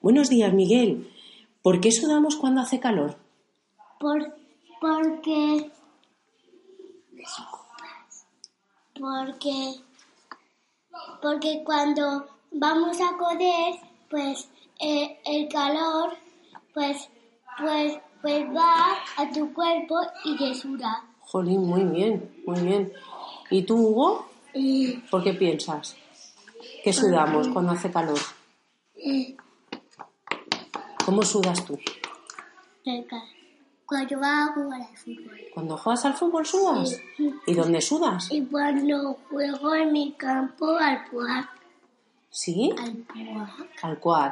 Buenos días, Miguel. ¿Por qué sudamos cuando hace calor? Por, porque. Porque. Porque cuando vamos a coder, pues eh, el calor, pues, pues, pues va a tu cuerpo y te suda. Jolín, muy bien, muy bien. ¿Y tú, Hugo? Eh, ¿Por qué piensas que sudamos cuando hace calor? eh, ¿Cómo sudas tú? cerca. Cuando va a jugar al fútbol. ¿Cuando juegas al fútbol sudas? ¿Y dónde sudas? Y cuando juego en mi campo al puar, ¿Sí? al puar. Al quad.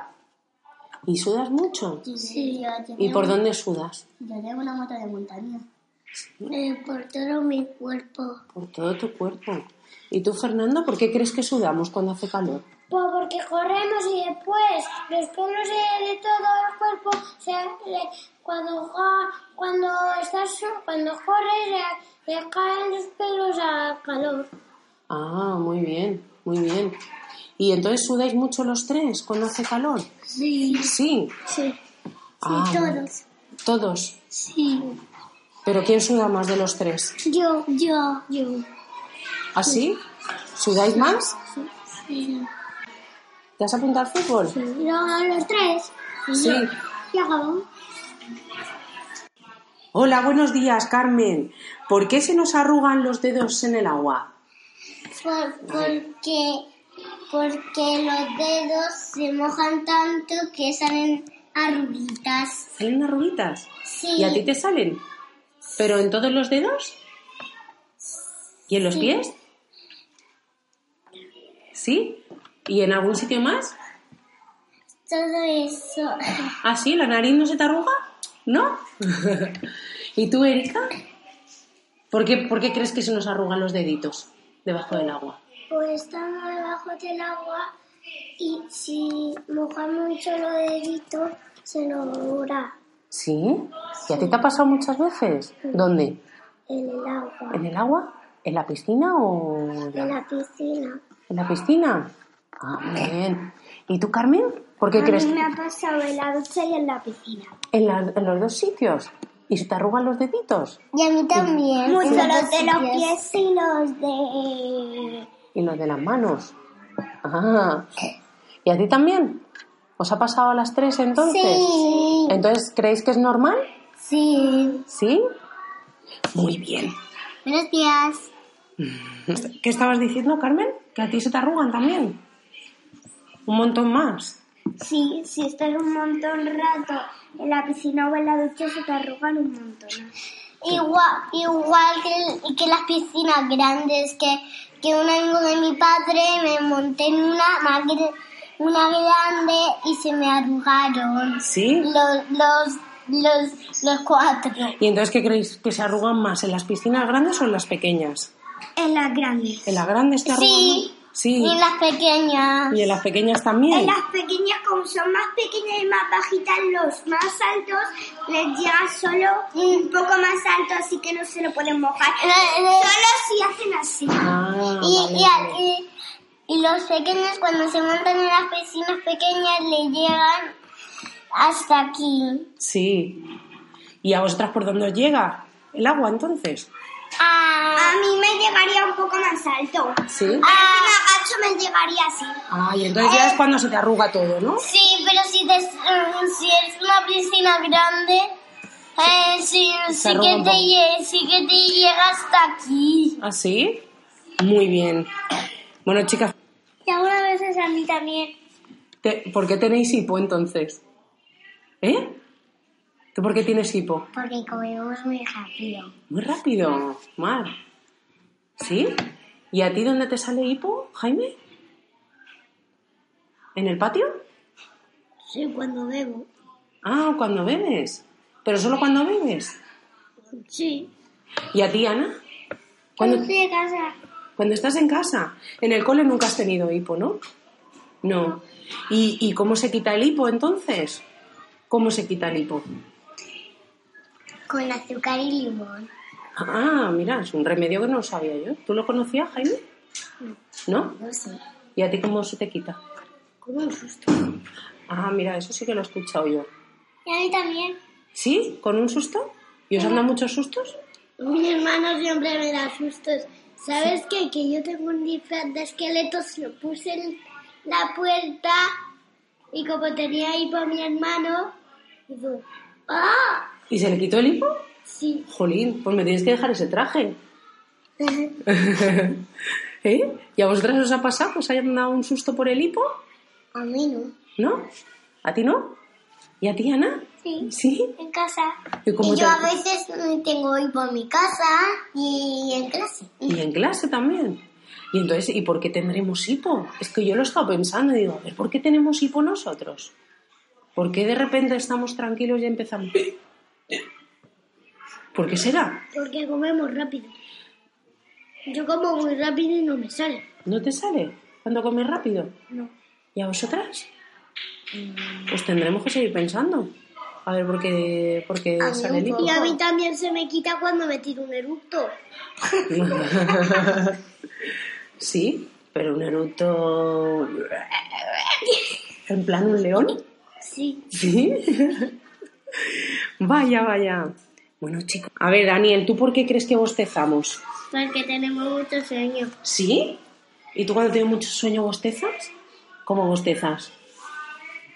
¿Y sudas mucho? Sí, yo tengo, ¿Y por dónde sudas? yo tengo una moto de montaña. Eh, por todo mi cuerpo. Por todo tu cuerpo. ¿Y tú, Fernando, por qué crees que sudamos cuando hace calor? Pues porque corremos y después los pelos de, de todo el cuerpo se, le- cuando jo- cuando estás so- cuando corres le, le caen los pelos al calor. Ah, muy bien, muy bien. ¿Y entonces sudáis mucho los tres cuando hace calor? Sí, sí, Sí, sí, Ah, bueno. todos. todos. Sí. ¿Pero quién suda más de los tres? Yo, yo, yo. ¿Así? ¿Sudáis más? Sí. sí. ¿Te has apuntado al fútbol? sí. Y luego los tres. y Sí. yo. Y acabamos. Hola, buenos días, Carmen. ¿Por qué se nos arrugan los dedos en el agua? Por- porque, porque los dedos se mojan tanto que salen arruguitas. ¿Salen arruguitas? Sí, ¿Y a ti te salen? ¿Pero en todos los dedos? ¿Y en los pies? ¿Sí? ¿Y en algún sitio más? todo eso. ¿Ah, sí? ¿La nariz no se te arruga? ¿No? ¿Y tú, Erika? ¿Por qué, por qué crees que se nos arrugan los deditos debajo del agua? Pues estamos debajo del agua y si mojamos mucho los deditos se nos dura ¿Sí? ¿Y a ti te ha pasado muchas veces? ¿Dónde? en el agua, ¿En el agua? ¿En la piscina o...? en la- en la piscina. ¿En la piscina? Ah, muy bien. ¿Y tú, Carmen? ¿Por qué A crees? mí me ha pasado en la ducha y en la piscina. En, la- en los dos sitios. ¿Y se te arrugan los deditos? Y a mí también. Mucho en los los de dos los sitios. pies y los de... ¿Y los de las manos? Ah. ¿Y a ti también? ¿Os ha pasado a las tres entonces? Sí. ¿Entonces creéis que es normal? Sí. ¿Sí? Muy bien. Buenos días. ¿Qué estabas diciendo, Carmen? Que a ti se te arrugan también. Un montón más. Sí, si estás un montón rato en la piscina o en la ducha se te arrugan un montón. Igual, igual que, que las piscinas grandes, que, que un amigo de mi padre me monté en una, más gr- una grande y se me arrugaron ¿Sí? los, los, los, los cuatro. ¿Y entonces qué creéis que se arrugan más? ¿En las piscinas grandes o en las pequeñas? En las grandes. ¿En las grandes se arrugan Sí. más? Sí. Y en las pequeñas. ¿Y en las pequeñas también? En las pequeñas, como son más pequeñas y más bajitas, los más altos les llega solo un poco más alto, así que no se lo pueden mojar. Solo si hacen así. Ah, Y, vale, y a- vale. y- y los pequeños, cuando se montan en las piscinas pequeñas, les llegan hasta aquí. Sí. ¿Y a vosotras por dónde os llega el agua entonces? A, mí me llegaría un poco más alto. Sí. Ah. A me llegaría así. Ah, y entonces Eh. ya es cuando se te arruga todo, ¿no? Sí, pero si, te- si es una piscina grande, eh, sí, sí, arruga que un te, poco. lle- sí que te llega hasta aquí. ¿Así? ¿Ah, Muy bien. Bueno, chicas, Y algunas veces a mí también. te- ¿por qué tenéis hipo entonces? ¿Eh? ¿Tú por qué tienes hipo? Porque comemos muy rápido. Muy rápido, mal. ¿Sí? ¿Y a ti dónde te sale hipo, Jaime? ¿En el patio? Sí, cuando bebo. Ah, cuando bebes. ¿Pero solo cuando bebes? Sí. ¿Y a ti, Ana? Cuando ¿Cuándo- estoy de casa. Cuando estás en casa, en el cole nunca has tenido hipo, ¿no? No. ¿Y, y cómo se quita el hipo entonces? ¿Cómo se quita el hipo? Con azúcar y limón. Ah, mira, es un remedio que no sabía yo. ¿Tú lo conocías, Jaime? No. No sé. ¿Y a ti cómo se te quita? Con un susto. Ah, mira, eso sí que lo he escuchado yo. Y a mí también. ¿Sí? ¿Con un susto? ¿Y os han dado muchos sustos? Mi hermano siempre me da sustos. ¿Sabes qué? Que yo tengo un disfraz de esqueletos, lo puse en la puerta y como tenía hipo a mi hermano, dijo, ¡ah! ¿Y se le quitó el hipo? Sí. Jolín, pues me tienes que dejar ese traje. ¿Eh? ¿Y a vosotras os ha pasado? ¿Os hayan dado un susto por el hipo? A mí no. ¿No? ¿A ti no? ¿Y a ti, Ana? Sí. ¿Sí? En casa. ¿Y cómo te- yo a veces mm, tengo hipo en mi casa y en clase. Y en clase también. Y entonces, ¿y por qué tendremos hipo? Es que yo lo he estado pensando y digo, a ver, ¿por qué tenemos hipo nosotros? ¿Por qué de repente estamos tranquilos y empezamos? ¿Por qué será? Porque comemos rápido. Yo como muy rápido y no me sale. ¿No te sale cuando comes rápido? No. Mm. ¿Y a vosotras? Pues tendremos que seguir pensando. A ver, ¿por qué, por qué sale el hipo? Y a mí también se me quita cuando me tiro un eructo. Sí, pero un eructo... En plan un león. Sí. ¿Sí? vaya, vaya. Bueno, chicos. A ver, Daniel, ¿tú por qué crees que bostezamos? Porque tenemos mucho sueño. ¿Sí? ¿Y tú cuando tienes mucho sueño bostezas? ¿Cómo bostezas?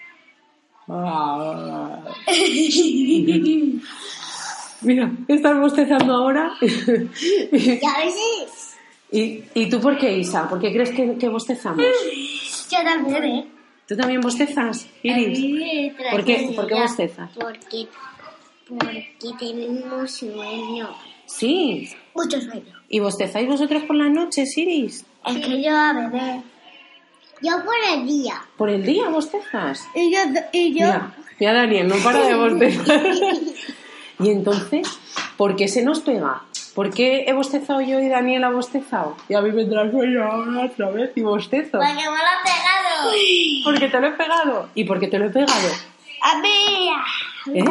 Mira, estás bostezando ahora. Y a veces. ¿Y, y tú por qué, Isa? ¿Por qué crees que, que bostezamos? Yo también, ¿eh? ¿Tú también bostezas, Iris? ¿Por qué- por qué bostezas? Porque, porque tenemos sueño. Sí. Mucho sueño. ¿Y bostezáis vosotros por las noches, Iris? Es que yo a beber. Yo por el día. ¿Por el día bostezas? Y yo. Y Mira, mira, Daniel, no para de bostezar. y entonces, ¿por qué se nos pega? ¿Por qué he bostezado yo y Daniel ha bostezado? Y a mí me entra sueño ahora otra vez y bostezo. Porque me lo ha pegado. Porque te lo he pegado. ¿Y por qué te lo he pegado? A mí. ¿Eh?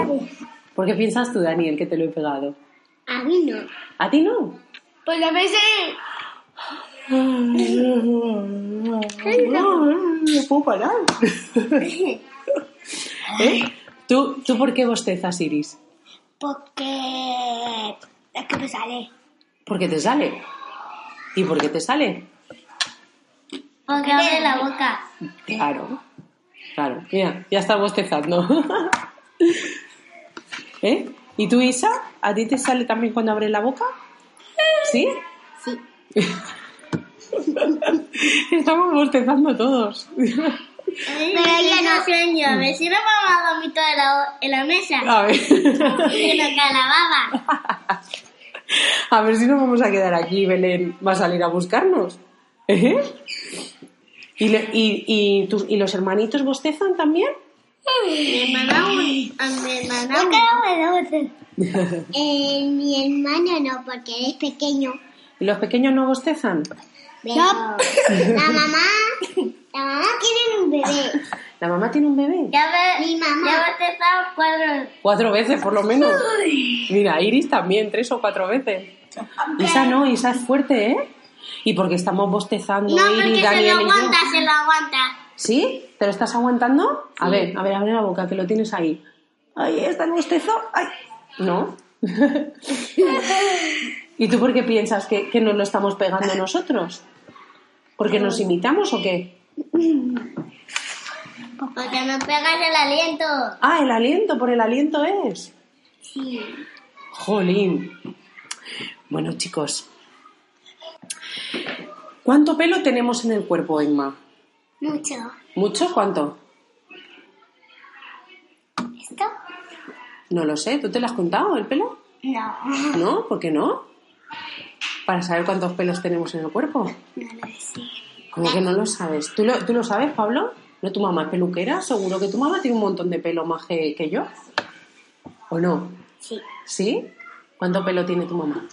¿Por qué piensas tú, Daniel, que te lo he pegado? A mí no. ¿A ti no? Pues a veces. No puedo parar. ¿Eh? ¿Tú, ¿Tú por qué bostezas, Iris? Porque. Es que me sale. Porque te sale. ¿Y por qué te sale? Porque abre la boca. Claro, claro. Mira, ya está bostezando. ¿Eh? ¿Y tú, Isa? ¿A ti te sale también cuando abres la boca? ¿Sí? Sí. Estamos bostezando todos. Pero yo no sueño. A ver si no vamos a dormir toda la, en la mesa. A ver, Que nos calababa. a ver si nos vamos a quedar aquí. Belén va a salir a buscarnos. ¿Eh? ¿Y, le- y- y tus- ¿Y los hermanitos bostezan también? Mi hermana. A mi hermana. ¿Por qué eh, Mi hermano no, porque es pequeño. ¿Y los pequeños no bostezan? Pero la mamá. La mamá tiene un bebé. ¿La mamá tiene un bebé? Ya ve, mi mamá. Ya te está cuadro. Cuatro veces, por lo menos. Mira, Iris también, tres o cuatro veces. Isa no, Isa es fuerte, ¿eh? Y porque estamos bostezando, No, Iris, porque se Daniel lo y yo. aguanta, se lo aguanta. ¿Sí? ¿Te lo estás aguantando? A ver, a ver, abre la boca, que lo tienes ahí. Ahí está el bostezo. Ay. ¿No? ¿Y tú por qué piensas que, que nos lo estamos pegando nosotros? ¿Porque nos imitamos o qué? Porque no pegas el aliento. Ah, el aliento, por el aliento es. Sí. Jolín. Bueno, chicos. ¿Cuánto pelo tenemos en el cuerpo, Emma? Mucho. ¿Mucho? ¿Cuánto? ¿Esto? No lo sé. ¿Tú te lo has contado, el pelo? No. ¿No? ¿Por qué no? Para saber cuántos pelos tenemos en el cuerpo. No lo sé. Como que no lo sabes. ¿Tú lo, tú lo sabes, Pablo? ¿No tu mamá es peluquera? Seguro que tu mamá tiene un montón de pelo más que, que yo. ¿O no? Sí. ¿Sí? ¿Cuánto pelo tiene tu mamá?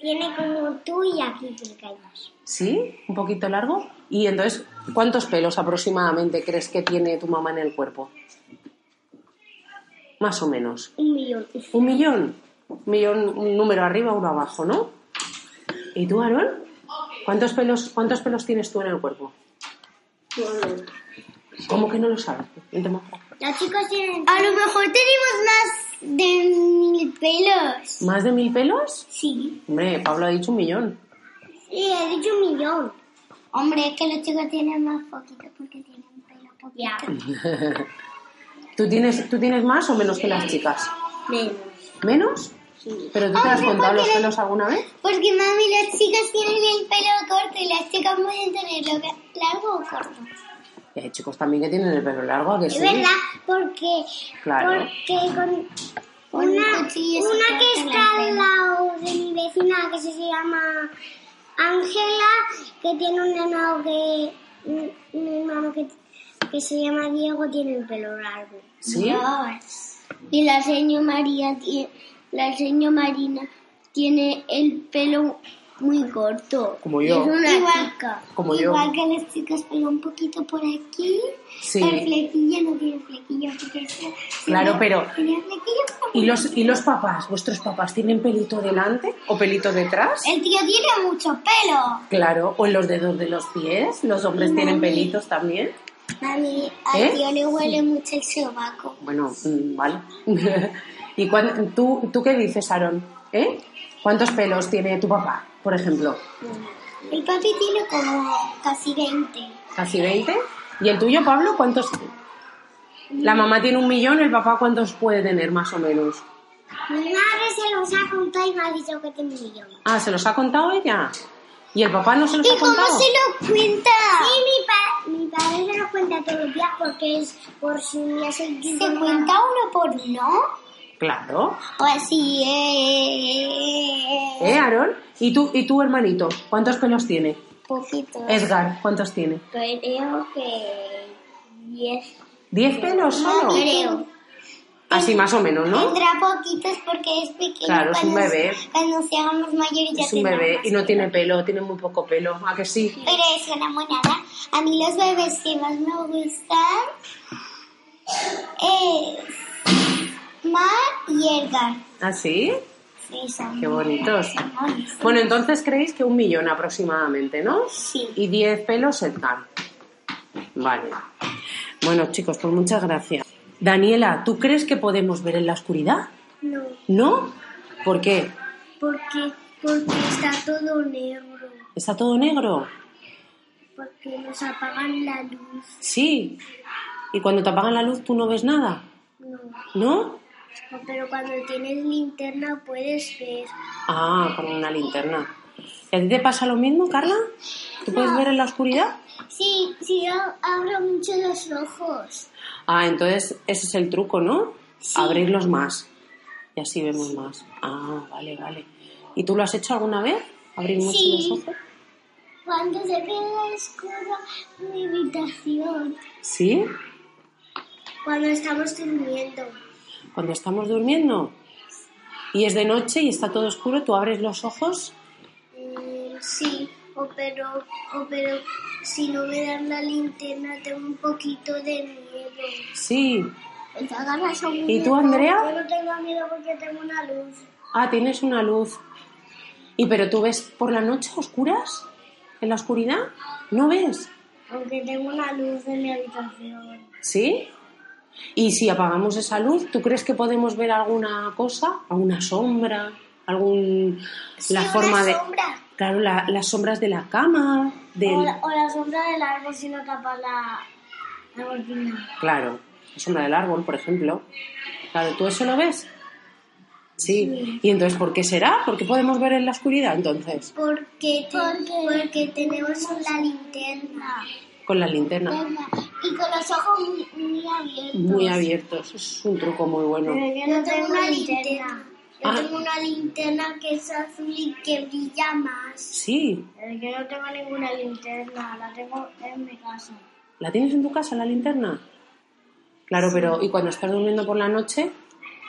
Tiene como tú y aquí pequeños. ¿Sí? ¿Un poquito largo? Y entonces, ¿cuántos pelos aproximadamente crees que tiene tu mamá en el cuerpo? Más o menos. Un millón. ¿Un millón? Un millón, un número arriba, uno abajo, ¿no? ¿Y tú, Aaron? ¿Cuántos pelos, ¿Cuántos pelos tienes tú en el cuerpo? ¿Cómo que no lo sabes? Vente más para acá. Los chicos tienen... A lo mejor tenemos más de mil pelos. ¿Más de mil pelos? Sí. Hombre, Pablo ha dicho un millón. Sí, he dicho un millón. Hombre, es que los chicos tienen más poquito porque tienen pelo poquito. Ya. ¿Tú tienes, ¿Tú tienes más o menos que las chicas? Menos. ¿Menos? Sí. ¿Pero tú te has Hombre, contado los porque- pelos alguna vez? Porque mami, las chicas tienen el pelo corto y las chicas pueden tenerlo ca- largo o corto. Y hay chicos también que tienen el pelo largo, ¿a que sí? Es verdad, porque, Claro. porque con una, una que está al lado de mi vecina que se llama Ángela, que tiene un hermano que un un hermano que, que se llama Diego tiene el pelo largo. ¿Sí? Y la señora María tiene, la señora Marina tiene el pelo muy corto. Como yo. Es una igual, Como yo. igual que las chicas, pero un poquito por aquí. Sí. El flequillo no tiene flequillo. porque es- Claro, tiene- pero- tiene flequillo. ¿Y los, ¿Y los papás? ¿Vuestros papás tienen pelito delante o pelito detrás? El tío tiene mucho pelo. Claro, o en los dedos de los pies. ¿Los hombres tienen pelitos también? Mami, al ¿Eh? tío le huele mucho el sobaco. Bueno, mm, vale. ¿Y cuán- tú, tú qué dices, Aaron? ¿Eh? ¿Cuántos pelos tiene tu papá, por ejemplo? El papi tiene como casi 20. ¿Casi 20? ¿Y el tuyo, Pablo, cuántos? La mamá tiene un millón, el papá cuántos puede tener, más o menos. Mi madre se los ha contado y me ha dicho que tiene un millón. Ah, ¿se los ha contado ella? ¿Y el papá no se los ¿Y ha cómo contado? se lo cuenta? Sí, mi, pa- mi padre se lo cuenta todos los días porque es por si me hace... ¿Se cuenta uno por uno? Claro. Pues sí, ¿Eh, Aaron? ¿Y tú, ¿Y tu hermanito? ¿Cuántos pelos tiene? Poquito. Edgar, ¿cuántos tiene? Creo que 10. ¿Diez pelos solo? creo. Así más o menos, ¿no? Tendrá poquitos porque es pequeño. Claro, es un cuando- bebé. Cuando se haga más mayor ya Es un tendrá bebé más y no pelo. tiene pelo, tiene muy poco pelo. ¿A que sí? Pero es una monada. A mí los bebés que más me gustan es Mar y Edgar. ¿Ah, sí? Sí, son Qué bonitos. monos. Bueno, entonces creéis que un millón aproximadamente, ¿no? Sí. Y 10 pelos Edgar. Vale. Bueno, chicos, pues muchas gracias. Daniela, ¿tú crees que podemos ver en la oscuridad? No, ¿No? ¿Por qué? porque, porque está todo negro. ¿Está todo negro? Porque nos apagan la luz. Sí. ¿Y cuando te apagan la luz tú no ves nada? No, ¿No? pero cuando tienes linterna puedes ver. Ah, con una linterna. ¿Y a ti te pasa lo mismo, Carla? ¿Tú puedes ver en la oscuridad? Sí, sí, ab- abro mucho los ojos. Ah, entonces ese es el truco, ¿no? Sí. Abrirlos más. Y así vemos más. Ah, vale, vale. ¿Y tú lo has hecho alguna vez? ¿Abrir mucho Sí. los ojos? Cuando se queda oscuro mi habitación. Sí. Cuando estamos durmiendo. Cuando estamos durmiendo y es de noche y está todo oscuro, tú abres los ojos. Mm, sí, o pero, o pero si no me dan la linterna tengo un poquito de miedo. Sí. Te agarras a un ¿Y tú, muñeco. Andrea? Yo no tengo miedo porque tengo una luz. Ah, tienes una luz. ¿Y pero tú ves por la noche a oscuras? ¿En la oscuridad? ¿No ves? Aunque tengo una luz en mi habitación. ¿Sí? Y si apagamos esa luz, ¿tú crees que podemos ver alguna cosa? ¿Alguna sombra? ¿Algún. la forma de. sombra. Claro, la- las sombras de la cama, del. O, la, o la sombra del árbol si no tapas la, la cortina. Claro, la sombra del árbol, por ejemplo. Claro, ¿tú eso lo ves? Sí. ¿Y entonces por qué será? ¿Por qué podemos ver en la oscuridad entonces? Porque, porque tenemos la linterna. Con la linterna Y con los ojos muy, muy abiertos. muy abiertos. Es un truco muy bueno. Yo no tengo una linterna. Yo Ah. tengo una linterna que es azul y que brilla más. Sí. Yo no tengo ninguna linterna, la tengo en mi casa. ¿La tienes en tu casa, la linterna? Claro, pero ¿y cuando estás durmiendo por la noche?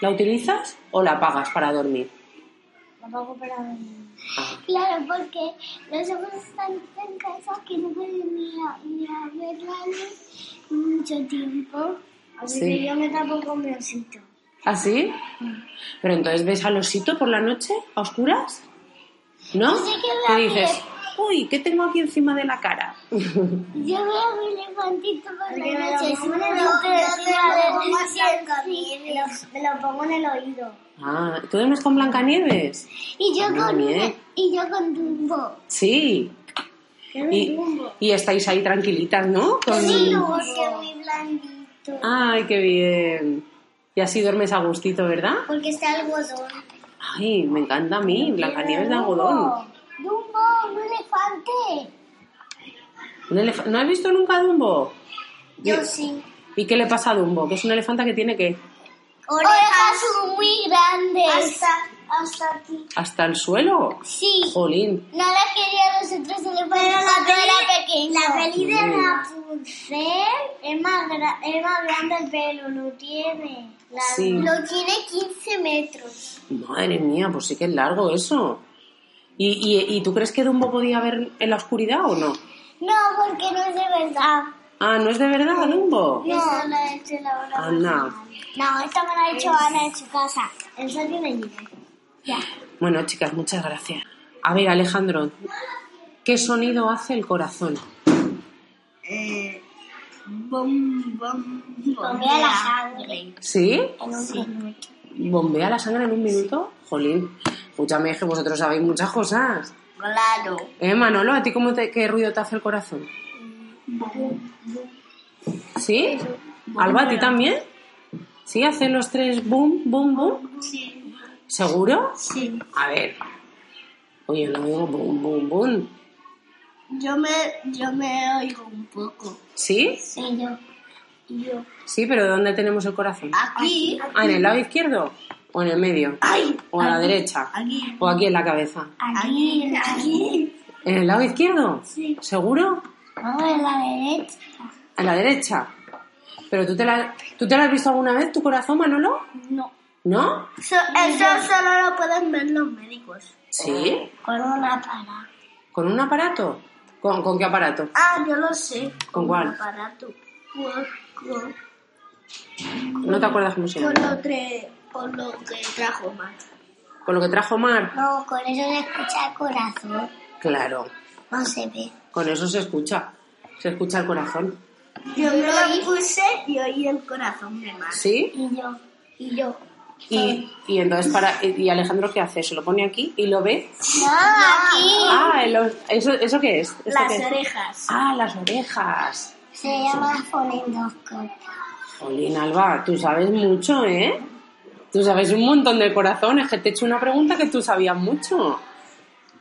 ¿La utilizas o la apagas para dormir? Tampoco para dormir. Ah, Claro, porque los ojos están tan cansados que no pueden ni, a- ni a ver la luz mucho tiempo. Así Sí. que yo me tapo con mi osito. ¿Ah, sí? Pero entonces ves al osito por la noche, a oscuras, ¿no? Yo sé que ¿Qué la dices? Uy, ¿qué tengo aquí encima de la cara? Yo veo un elefantito por Porque la me noche. lo Es pongo una en el oído, de me lo pongo hasta el luces. Me lo, me lo pongo en el oído. Ah, ¿tú duermes con Blancanieves? Y yo Muy con bien. una- y yo con Dumbo. Sí. Y, y estáis ahí tranquilitas, ¿no? Con- Sí, porque es muy blandito. Ay, qué bien. Y así duermes a gustito, ¿verdad? Porque está algodón. Ay, me encanta a mí, Blancanieves de algodón. Dumbo, un elefante. Un elef- ¿No has visto nunca a Dumbo? Yo sí. ¿Y qué le pasa a Dumbo? Que es un elefante que tiene que Orejas muy grandes. Hasta, hasta aquí. hasta el suelo. Sí. Jolín. No la quería los otros elefantes cuando era pequeño. La peli de Mm. Rapunzel es más, es más grande el pelo, lo tiene. Sí. Lo tiene 15 metros. Madre mía, pues sí que es largo eso. ¿Y, y, y tú crees que Dumbo podía ver en la oscuridad o no? No, porque no es de verdad. Ah, ¿no es de verdad Dumbo? No, la ha hecho Laura. Anda. No, esta me la ha hecho Ana en su casa. El sol tiene niña. Ya. Bueno, chicas, muchas gracias. A ver, Alejandro, ¿qué sonido hace el corazón? Eh, bom, bom, Bombea la sangre. ¿Sí? En un minuto. ¿Bombea la sangre en un minuto? Jolín, escúchame, es que vosotros sabéis muchas cosas. Claro. Eh, Manolo, ¿a ti cómo te- qué ruido te hace el corazón? ¿Sí? ¿Alba, a ti también? ¿Sí? ¿Hacen los tres boom, boom, boom? Sí. ¿Seguro? Sí. A ver. Oye, no digo boom, boom, boom. Yo me, yo me oigo un poco. ¿Sí? Sí, yo. Yo. Sí, pero ¿dónde tenemos el corazón? Aquí. Ah, ¿en el lado izquierdo? ¿O en el medio? Ay. ¿O a la derecha? Aquí. ¿O aquí en la cabeza? Aquí. Aquí. ¿En el lado izquierdo? Sí. ¿Seguro? Vamos a la derecha. ¿A la derecha? ¿Pero tú te la, ¿tú te la has visto alguna vez, tu corazón, Manolo? No. ¿No? Eso, eso solo lo pueden ver los médicos. ¿Sí? Con una pala. ¿Con un aparato? ¿Con, con qué aparato? Ah, yo lo sé. ¿Con cuál? Un aparato. Con, con, ¿No te acuerdas cómo se con llama? lo, que- con lo que trajo Max. ¿Con lo que trajo Mar? No, con eso se escucha el corazón. Claro, No se ve. con eso se escucha. Se escucha el corazón. Yo me lo puse y oí el corazón de Max. ¿Sí? Y yo. Y yo. Y, y entonces para... ¿Y Alejandro qué hace? ¿Se lo pone aquí y lo ve? No, aquí. Ah, el o- ¿eso, ¿eso qué es? ¿Esto Las qué es? orejas. Ah, las orejas. Se llama fonendoscopio. Jolín, Alba, tú sabes mucho, ¿eh? Tú sabes un montón de corazones, que te he hecho una pregunta que tú sabías mucho.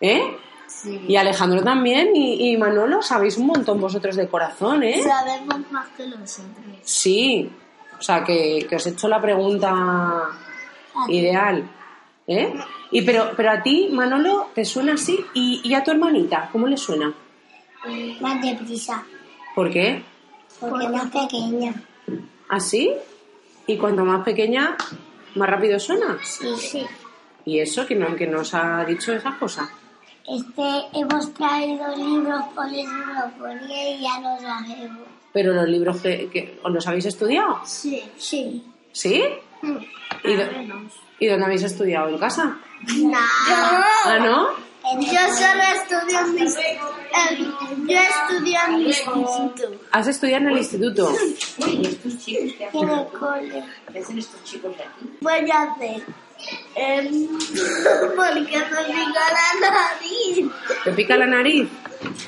¿Eh? Sí. Y Alejandro también, y, y Manolo, sabéis un montón vosotros de corazón, ¿eh? Sabemos más que los otros. Sí. O sea, que, que os he hecho la pregunta ideal. ¿Eh? Y pero, pero a ti, Manolo, te suena así. ¿Y, y a tu hermanita? ¿Cómo le suena? Más deprisa, ¿Por qué? porque es más pequeña. ¿Así? Y cuanto más pequeña, más rápido suena. Sí, sí. ¿Y eso? que no, que nos ha dicho esas cosas? Este, hemos traído libros por eso lo ponía y ya lo sabemos. Pero los libros que, que- ¿os los habéis estudiado. Sí, sí. ¿Sí? Mm. ¿Y, do- ¿Y dónde habéis estudiado? ¿En casa? Nada. ¿Ah, no? Yo solo estudio en mis... en- yo estudio en mi instituto. ¿Has estudiado en el instituto? Uy, estos chicos que hacen, En el cole. ¿qué hacen estos chicos de aquí? Voy a hacer... em, porque me pica la nariz. ¿Te pica la nariz?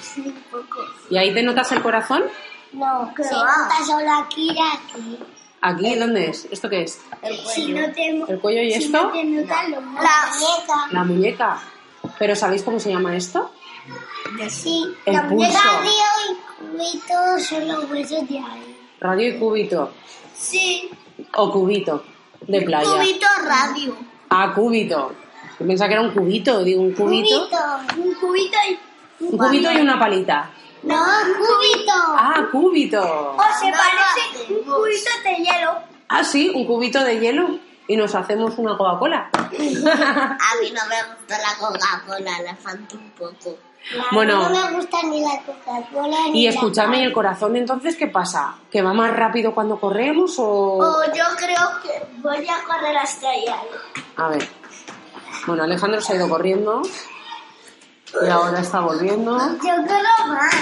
Sí, un poco. ¿Y ahí te notas el corazón? No, ¿Qué se va? nota solo aquí y aquí. ¿Aquí? ¿Dónde es? ¿Esto qué es? Si no te, mo- ¿El cuello y si esto? no te notan los La- muñeca. La muñeca. ¿Pero sabéis cómo se llama esto? Sí, El la muñeca pulso. dio y todo son los huesos de ahí. Radio y cúbito. Sí, O cubito. De playa. cubito radio. Ah, cúbito. Yo pensaba que era un cubito. Digo, un cubito. Un cubito y... Un cubito y una palita. No, cubito. Ah, cúbito. O se parece un cubito de hielo. Ah, sí, un cubito de hielo. Y nos hacemos una Coca-Cola. A mí no me gusta la Coca-Cola, la Fanta un poco. Bueno. No me gusta ni la Coca-Cola ni Y la escúchame, ¿y el corazón entonces qué pasa? ¿Que va más rápido cuando corremos o...? Oh. O Pues yo creo que voy a correr hasta allá. A ver. Bueno, Alejandro se ha ido corriendo. Y ahora está volviendo. Yo quiero más.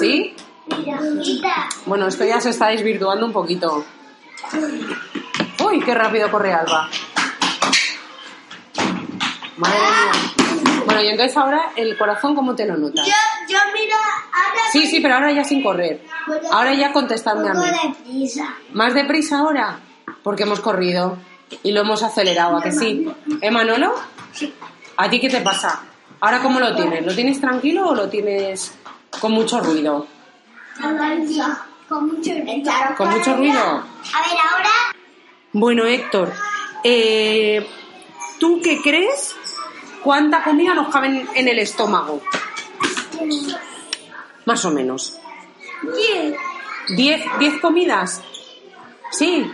¿Sí? Mira, mira. Bueno, esto ya se está desvirtuando un poquito. ¡Uy, qué rápido corre Alba! Madre mía. Bueno, y entonces ahora el corazón, ¿cómo te lo notas? Yo, yo mira, ahora Sí, sí, pero ahora ya sin correr. Ahora ya contestadme a tengo mí. de prisa. ¿Más deprisa ahora? Porque hemos corrido y lo hemos acelerado, ¿a que sí? ¿Eh, Manolo? ¿A ti qué te pasa? ¿Ahora cómo lo tienes? ¿Lo tienes tranquilo o lo tienes con mucho ruido? Con mucho ruido. Con mucho ruido. A ver, ahora Bueno, Héctor, eh, ¿tú qué crees? ¿Cuánta comida nos cabe en- en el estómago? Más o menos. ¿Diez, diez comidas? ¿Sí?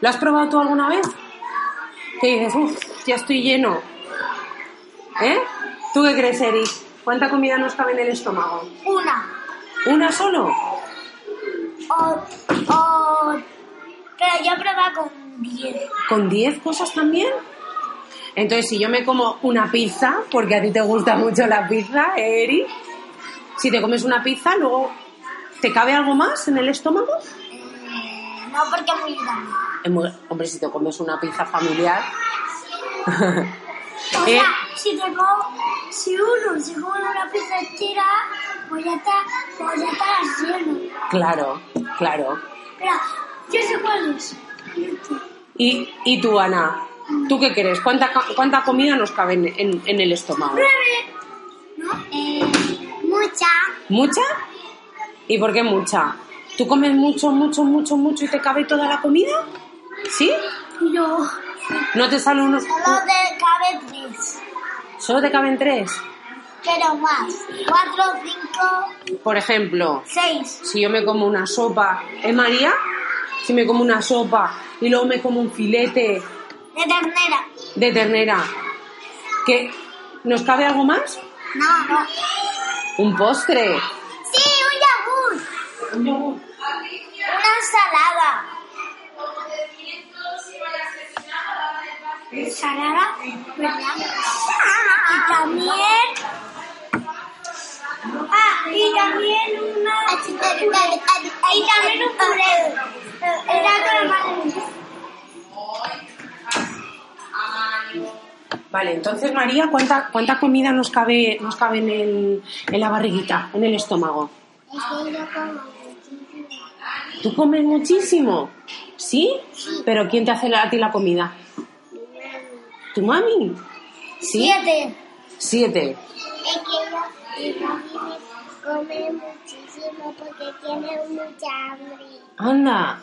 ¿Lo has probado tú alguna vez? Que dices, uff, ya estoy lleno. ¿Eh? ¿Tú qué crees, Eric? ¿Cuánta comida nos cabe en el estómago? una. ¿Una solo? O, o, pero yo prueba con Eh, 10. ¿Con 10 cosas también? Entonces, si yo me como una pizza, porque a ti te gusta mucho la pizza, ¿eh, Eri, si te comes una pizza, luego, ¿te cabe algo más en el estómago? Eh, no, porque es muy grande. Es muy- Hombre, si te comes una pizza familiar. O Eh, sea, si me como, si uno se come una pizza entera, pues ya está, pues ya está lleno. claro, claro. Pero yo sé cuál es. ¿Y, y tú, Ana? ¿Tú qué crees? ¿Cuánta, ca- cuánta comida nos cabe en, en- en el estómago? ¿No? Eh, mucha. ¿Mucha? ¿Y por qué mucha? ¿Tú comes mucho, mucho, mucho, mucho y te cabe toda la comida? ¿Sí? No. ¿No te sale unos, Solo te cabe tres. Solo te caben tres. Pero más. Cuatro, cinco, Por ejemplo, seis. si yo me como una sopa, ¿eh, María? Si me como una sopa y luego me como un filete De ternera. de ternera, ¿qué? ¿Nos cabe algo más? No, no. Un postre, Sí, un yogur. Una ensalada. Ensalada, ¿verdad? Y también. Ah, y también una. Y también un puré. Era con Vale, entonces María, ¿cuánta, cuánta comida nos cabe, nos cabe en, el- en la barriguita, en el estómago? ¿Tú comes muchísimo? ¿Sí? ¿Pero quién te hace la- a ti la comida? ¿Tu mami? ¿Sí? Siete. Siete. Es que yo, come muchísimo porque tiene mucha hambre. Anda.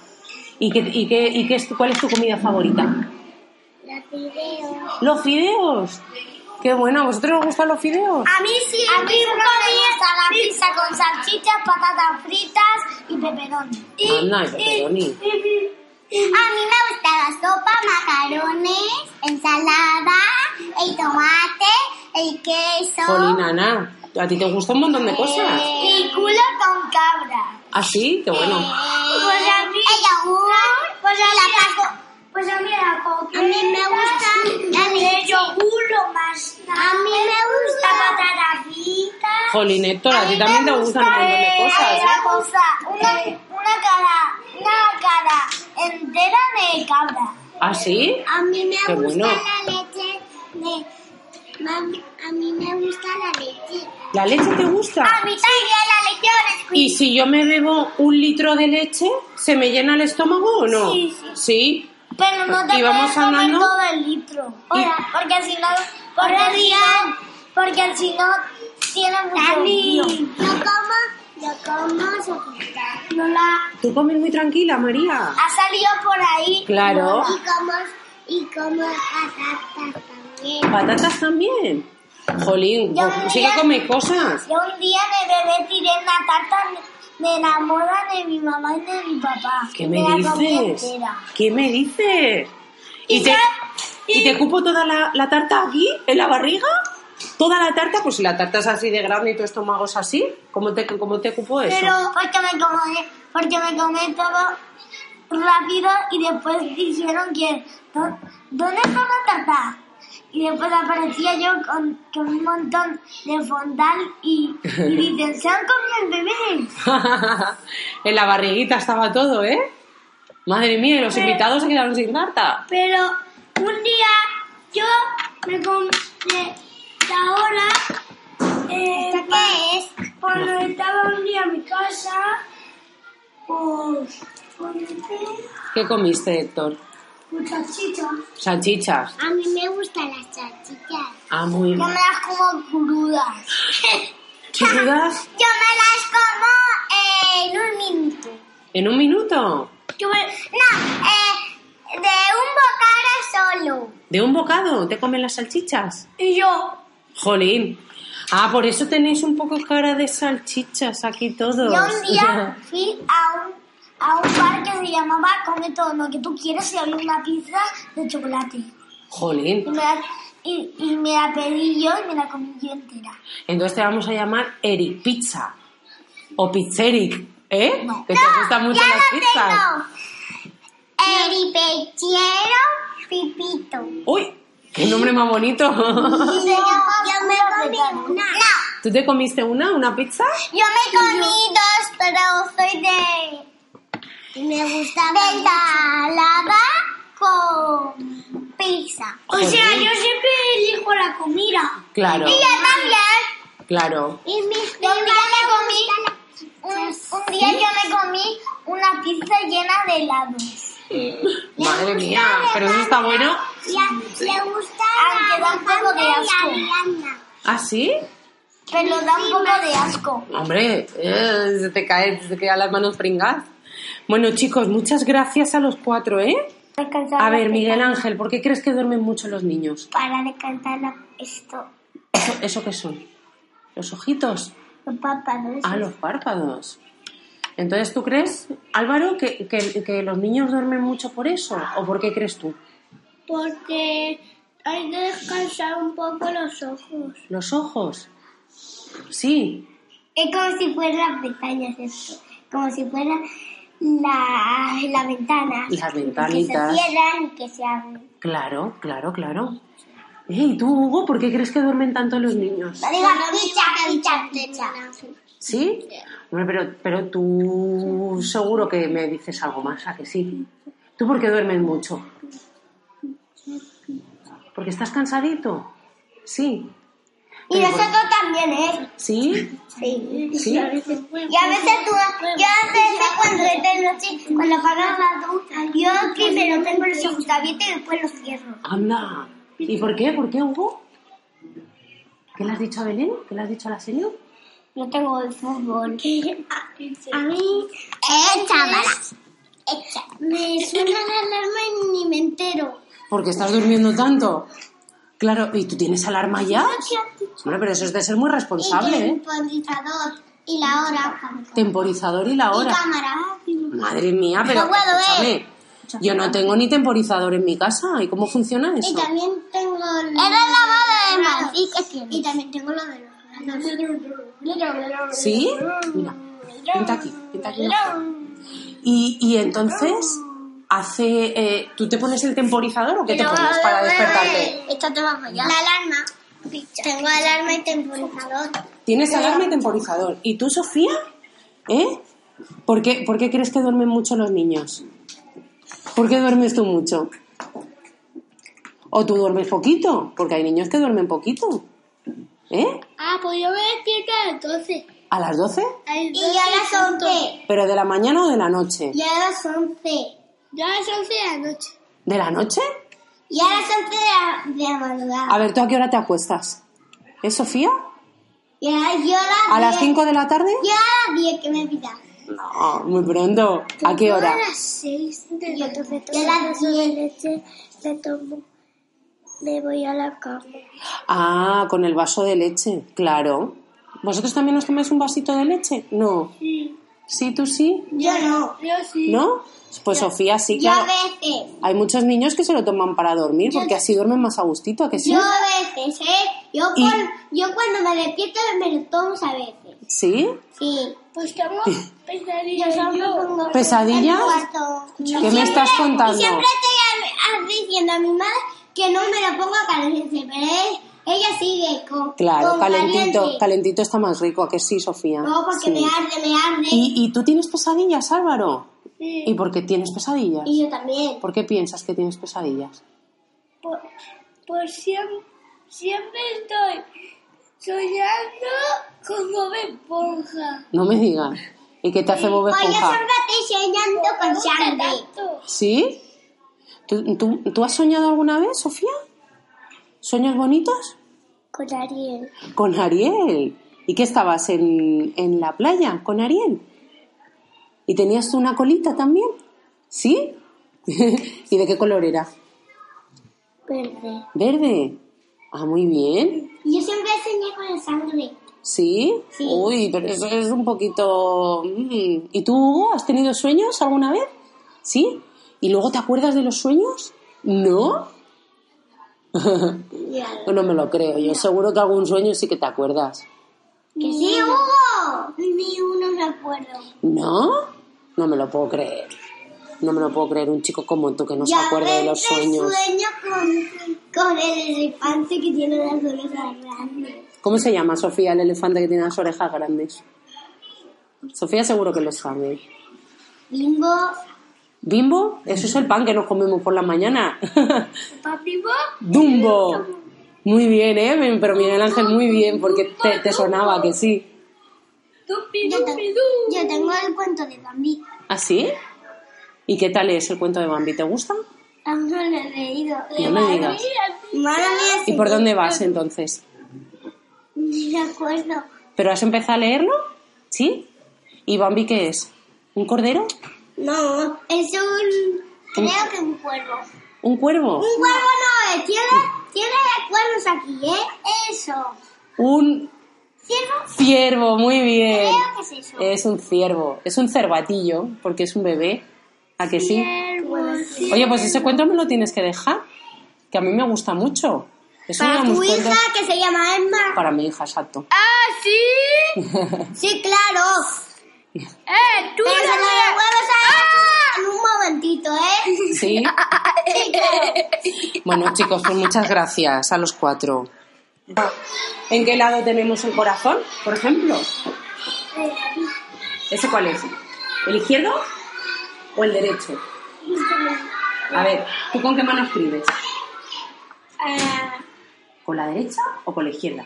¿Y, qué, y, qué, y qué es tu- cuál es tu comida favorita? Los fideos. Los fideos. Qué bueno, ¿a vosotros os gustan los fideos? A mí sí, a mí me gusta la pizza con salchichas, patatas fritas y peperoni. Y, Anda, el pepperoni. A mí me gusta la sopa, macarones, ensalada, el tomate, el queso. eh, Jolín, Ana, a ti te gusta un montón de cosas. Y culo con cabra. ¿Ah, sí? Qué bueno. Pues a mí, el yogur, pues a mí la pues a mí la coca. A mí me gusta el yogur lo más. A mí me gusta patata frita. Jolín, Héctor, a ti también te gustan un montón de Hay cosas. una ¿eh? cosa, una, una cara, una cara entera de cabra. ¿Ah, sí? A mí me Qué gusta bueno. la leche de... a mí me gusta la leche. ¿La leche te gusta? A mí también la leche ahora es ¿Y si yo me bebo un litro de leche, se me llena el estómago o no? Sí, sí. ¿Sí? Pero no ¿Y te vamos puedes comer andando? todo el litro. Hola, porque si no... Porque si no... Porque si no... Tiene mucho Yo como... Yo como sopita. No la... ¿Tú comes muy tranquila, María? ha salido por ahí. Claro. Y como, y como patatas también. ¿Patatas también? Jolín, Yo pues sí que ya- coméis cosas. Yo un día de bebé tiré una tarta, me- me enamora de mi mamá y de mi papá. ¿Qué me la comí dices? entera. ¿Qué me dices? ¿Y, Y te, ya- ¿y te cupo toda la, la tarta aquí, en la barriga? ¿Toda la tarta? Pues si la tarta es así de grande y tu estómago es así, ¿cómo te, cómo te cupo eso? Pero porque me comí, porque me comí todo rápido y después dijeron que, "¿Dó- ¿dónde está la tarta? Y después aparecía yo con, con un montón de fondal y, y dicen, se han comido el bebé. en la barriguita estaba todo, ¿eh? Madre mía, y los invitados se quedaron sin tarta. Pero un día yo me compré ahora. Eh, ¿Qué es? Cuando estaba un día en mi casa, pues compré ¿Qué comiste, Héctor? muchachita. Salchichas. A mí me gustan las salchichas. Ah, muy Yo me bien. las como crudas. ¿Chirudas? Yo me las como eh, en un minuto. ¿En un minuto? Yo me- No, eh, de un bocado solo. ¿De un bocado te comen las salchichas? Y yo, Jolín. Ah, por eso tenéis un poco cara de salchichas aquí yo todos. un día fui a un, a un bar que se llamaba Come todo lo que tú quieras y había una pizza de chocolate. Y Jolín. me la, y, y me la pedí yo y me la comí yo entera. Entonces te vamos a llamar Eric Pizza. O Pizzeric, ¿eh? Que te gustan mucho las pizzas. Eripechero Pipito. ¡Uy! ¡Qué nombre más bonito! yo me comí una. No. ¿Tú te comiste una, una pizza? Yo me comí dos, pero soy de. Me gustaba. De ensalada con pizza. O Joder. sea, yo siempre elijo la comida. Claro, Y yo también. claro. Y mis un día me comí. Un, un día yo me comí una pizza llena de helados. Madre mía, pero eso está bueno. le gusta Aunque da un poco de asco. ¿Ah, sí? Pero da un poco de asco. Hombre, eh, se te cae, se te quedan las manos pringadas. Bueno, chicos, muchas gracias a los cuatro, ¿eh? A ver, Miguel Ángel, ¿por qué crees que duermen mucho los niños? Para descansar la- esto. ¿Eso, eso qué son? ¿Los ojitos? Los párpados. Ah, los párpados. Entonces, ¿tú crees, Álvaro, que, que- que los niños duermen mucho por eso? ¿O por qué crees tú? Porque hay que descansar un poco los ojos. ¿Los ojos? Sí, Es como si fueran las pestañas esto. Como si fueran la, la ventana. Las Que ventanitas. se cierran y que se abren. claro, claro, claro. Eh, ¿Y tú, Hugo, por qué crees que duermen tanto los niños? Diga, picha, picha, picha. ¿Sí? Hombre, pero, pero tú seguro que me dices algo más, ¿a que sí? ¿Tú por qué duermes mucho? ¿Porque estás cansadito? Sí. Y nosotros también, ¿eh? ¿Sí? Sí. ¿Sí? Y a veces tú, yo a veces cuando es de noche, cuando apagas la luz, yo primero tengo los ojos abiertos y después los cierro. Anda. ¿Y por qué? ¿Por qué, Hugo? ¿Qué le has dicho a Belén? ¿Qué le has dicho a la señora? No tengo el fútbol. A, mí. Échalas. Me suena la alarma y ni me entero. Porque estás durmiendo tanto. Claro, ¿y tú tienes alarma ya? Hombre, pero eso es de ser muy responsable, ¿eh? temporizador y la hora. Temporizador y la hora. cámara. Madre mía, pero No puedo ver. escúchame, yo no tengo ni temporizador en mi casa. ¿Y cómo funciona eso? también tengo. Era la boda de Madrid que tiene. Y también tengo lo de los. ¿Sí? Mira, pinta aquí, pinta aquí. una foto. Y, y entonces, hace, eh, ¿tú te pones el temporizador o qué te pones para despertarte? Esta te va a La alarma. Tengo alarma y temporizador. Tienes alarma y temporizador. ¿Y tú, Sofía? ¿Eh? ¿Por qué, por qué crees que duermen mucho los niños? ¿Por qué duermes tú mucho? ¿O tú duermes poquito? Porque hay niños que duermen poquito. ¿Eh? Ah, pues yo me despierto entonces. ¿A las 12? Y yo a las 11. ¿Pero de la mañana o de la noche? Y a las 11. Yo a las 11 de la noche. ¿De la noche? Y a las 11 de la, de la madrugada. A ver, ¿tú a qué hora te acuestas? ¿Es Sofía? Y a, yo ¿A las 5 de la tarde? Yo a las 10 que me pida. No, muy pronto. ¿A qué hora? Yo a las 6 de la tarde. Yo a las 10 me tomo. Me voy a la cama. Ah, con el vaso de leche, claro. ¿Vosotros también os tomáis un vasito de leche? No. ¿Sí, tú sí? Yo no. Yo sí. ¿No? Pues Sofía sí, Yo a claro. veces. Hay muchos niños que se lo toman para dormir porque así duermen más a gustito, ¿a que sí? Yo a veces, ¿eh? Yo, Y- por- yo cuando me despierto me lo tomo a veces. ¿Sí? Sí. Pues tomo pesadillas. ¿Pesadillas? ¿Qué me estás contando? Siempre estoy a- a- diciendo a mi madre que no me lo ponga caliente, pero él- ella sigue con. Claro, con calentito, caliente. calentito está más rico, ¿a que sí, Sofía? No, porque Sí. me arde, me arde. ¿Y, y tú tienes pesadillas, Álvaro? Sí. ¿Y por qué tienes pesadillas? Y yo también. ¿Por qué piensas que tienes pesadillas? Por, por siempre, siempre estoy soñando como me esponja. No me digas. ¿Y qué te hace Bob Hoy yo Pues Esponja? siempre estoy soñando con Sharpie. Tanto. ¿Sí? ¿Tú, tú, tú has soñado alguna vez, Sofía? ¿Sueños bonitos? Con Ariel. Con Ariel. ¿Y qué estabas en, en la playa con Ariel? ¿Y tenías tú una colita también? ¿Sí? ¿Y de qué color era? Verde. Verde. Ah, muy bien. Y yo siempre soñé con el sangre. ¿Sí? Sí. Uy, pero eso es un poquito... mm. ¿Y tú, Hugo, has tenido sueños alguna vez? ¿Sí? ¿Y luego te acuerdas de los sueños? ¿No? Y al- Yo no me lo creo. Yo seguro que algún sueño sí que te acuerdas. ¡Que sí, Hugo! Ni uno me acuerdo. ¿No? No me lo puedo creer. No me lo puedo creer un chico como tú que no se Yo a acuerde de los veces sueños. sueño con, con el elefante que tiene las orejas grandes. ¿Cómo se llama, Sofía, el elefante que tiene las orejas grandes? Sofía seguro que lo sabe. Bingo, ¿Bimbo? Eso es el pan que nos comemos por la mañana. Papi Bob, ¡Dumbo! Muy bien, ¿eh? Pero Miguel Ángel, muy bien, porque te, te sonaba que sí. dupi, Yo, te- dupi, du. yo tengo el cuento de Bambi. ¿Ah, sí? ¿Y qué tal es el cuento de Bambi? ¿Te gusta? Aún Ah, no lo he leído. No me digas. Madre mía, ¿Y sí, por dónde vas entonces? ni me acuerdo. ¿Pero has empezado a leerlo? ¿Sí? ¿Y Bambi qué es? ¿Un cordero? No, es un... Creo que un cuervo. ¿Un cuervo? Un cuervo no es. Tiene, tiene cuernos aquí, ¿eh? Eso. Un ¿Cierto? ciervo, muy bien. Creo que es eso. Es un ciervo, es un cervatillo, porque es un bebé. ¿A que sí? Oye, pues ese cuento me lo tienes que dejar, que a mí me gusta mucho. Es uno Para de mis tu hija cuentos- que se llama Emma. Para mi hija, exacto. Ah, sí. Sí, claro. Eh, tú Pero se la lo devuelves a eh, en un momentito, ¿eh? ¿Sí? Sí, claro. Bueno, chicos, pues muchas gracias a los cuatro. ¿En qué lado tenemos el corazón, por ejemplo? Eh, ¿Ese cuál es? ¿El izquierdo o el derecho? A ver, ¿tú con qué mano escribes? Ah, ¿Con la derecha o con la izquierda?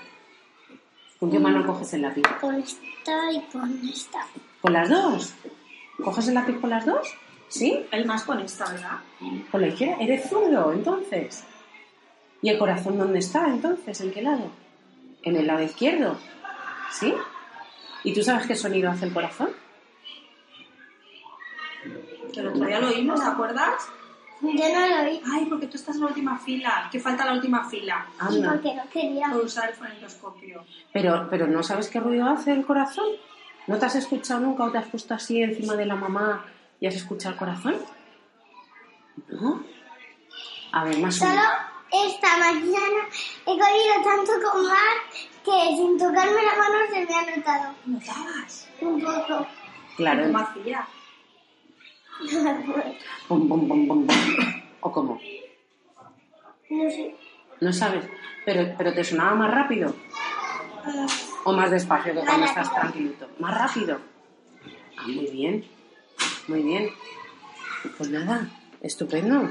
¿Con qué mano coges el lápiz? con esta y con esta. ¿Con las dos? ¿Coges el lápiz con las dos? ¿Sí? El más con esta, ¿verdad? ¿Con la izquierda? ¿Eres zurdo, entonces? ¿Y el corazón dónde está, entonces? ¿En qué lado? En el lado izquierdo. ¿Sí? ¿Y tú sabes qué sonido hace el corazón? Que el otro día lo oímos, ¿te acuerdas? Yo no lo vi Ay, porque tú estás en la última fila. Que falta la última fila. Anda. porque no quería. Por usar el fonendoscopio. Pero, pero ¿no sabes qué ruido hace el corazón? ¿No te has escuchado nunca o te has puesto así encima de la mamá y has escuchado el corazón? ¿No? A ver, más o Solo menos. esta mañana he corrido tanto con Mar que sin tocarme la mano se me ha notado ¿No estabas? un poco. Claro, ¿Cómo hacía? No me acuerdo. pum, pum, pum, pum, pum. ¿O cómo? No sé. No sabes. Pero, pero te sonaba más rápido. O más despacio que Más cuando estás rápido. tranquilito. Más rápido. Ah, muy bien. Muy bien. Pues nada, estupendo.